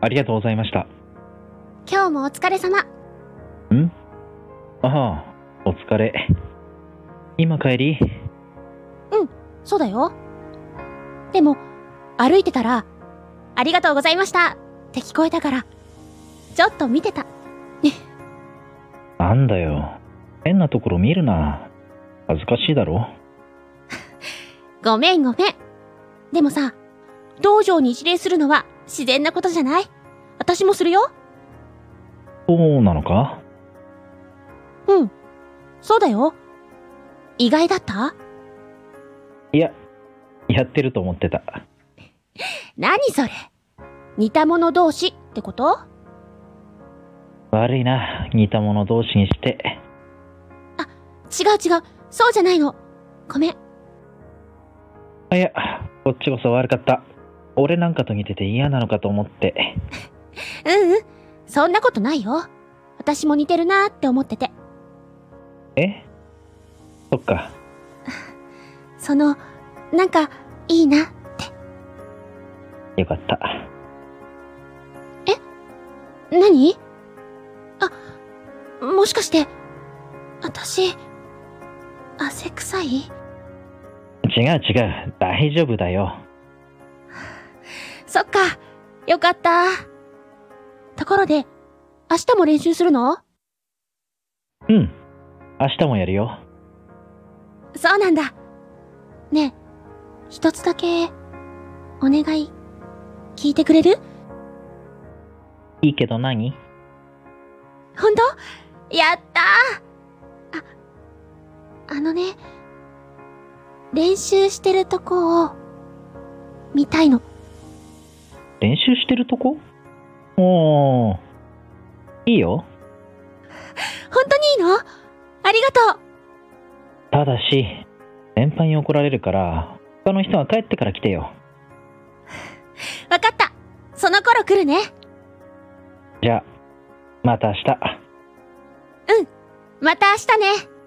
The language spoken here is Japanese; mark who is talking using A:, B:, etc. A: ありがとうございました。
B: 今日もお疲れ様。
A: ああ、お疲れ。今帰り
B: そうだよ。でも、歩いてたら、ありがとうございましたって聞こえたから、ちょっと見てた。
A: なんだよ。変なところ見るな。恥ずかしいだろ。
B: ごめんごめん。でもさ、道場に一礼するのは自然なことじゃない私もするよ。
A: そうなのか
B: うん。そうだよ。意外だった
A: いや、やってると思ってた。
B: 何それ似た者同士ってこと
A: 悪いな。似た者同士にして。
B: 違う違う。そうじゃないの。ごめん。
A: あ、いや、こっちこそ悪かった。俺なんかと似てて嫌なのかと思って。
B: うんうん。そんなことないよ。私も似てるなーって思ってて。
A: えそっか。
B: その、なんか、いいな。
A: よかった。
B: 何あ、もしかして、私、汗臭い
A: 違う違う。大丈夫だよ。
B: そっか。よかった。ところで、明日も練習するの
A: うん。明日もやるよ。
B: そうなんだ。ねえ、一つだけ、お願い、聞いてくれる
A: いいけど何
B: 本当やったーあ、あのね、練習してるとこを、見たいの。
A: 練習してるとこおー。いいよ。
B: 本当にいいのありがとう
A: ただし、先輩に怒られるから、他の人は帰ってから来てよ。
B: わかったその頃来るね
A: じゃあ、また明日。
B: また明日ね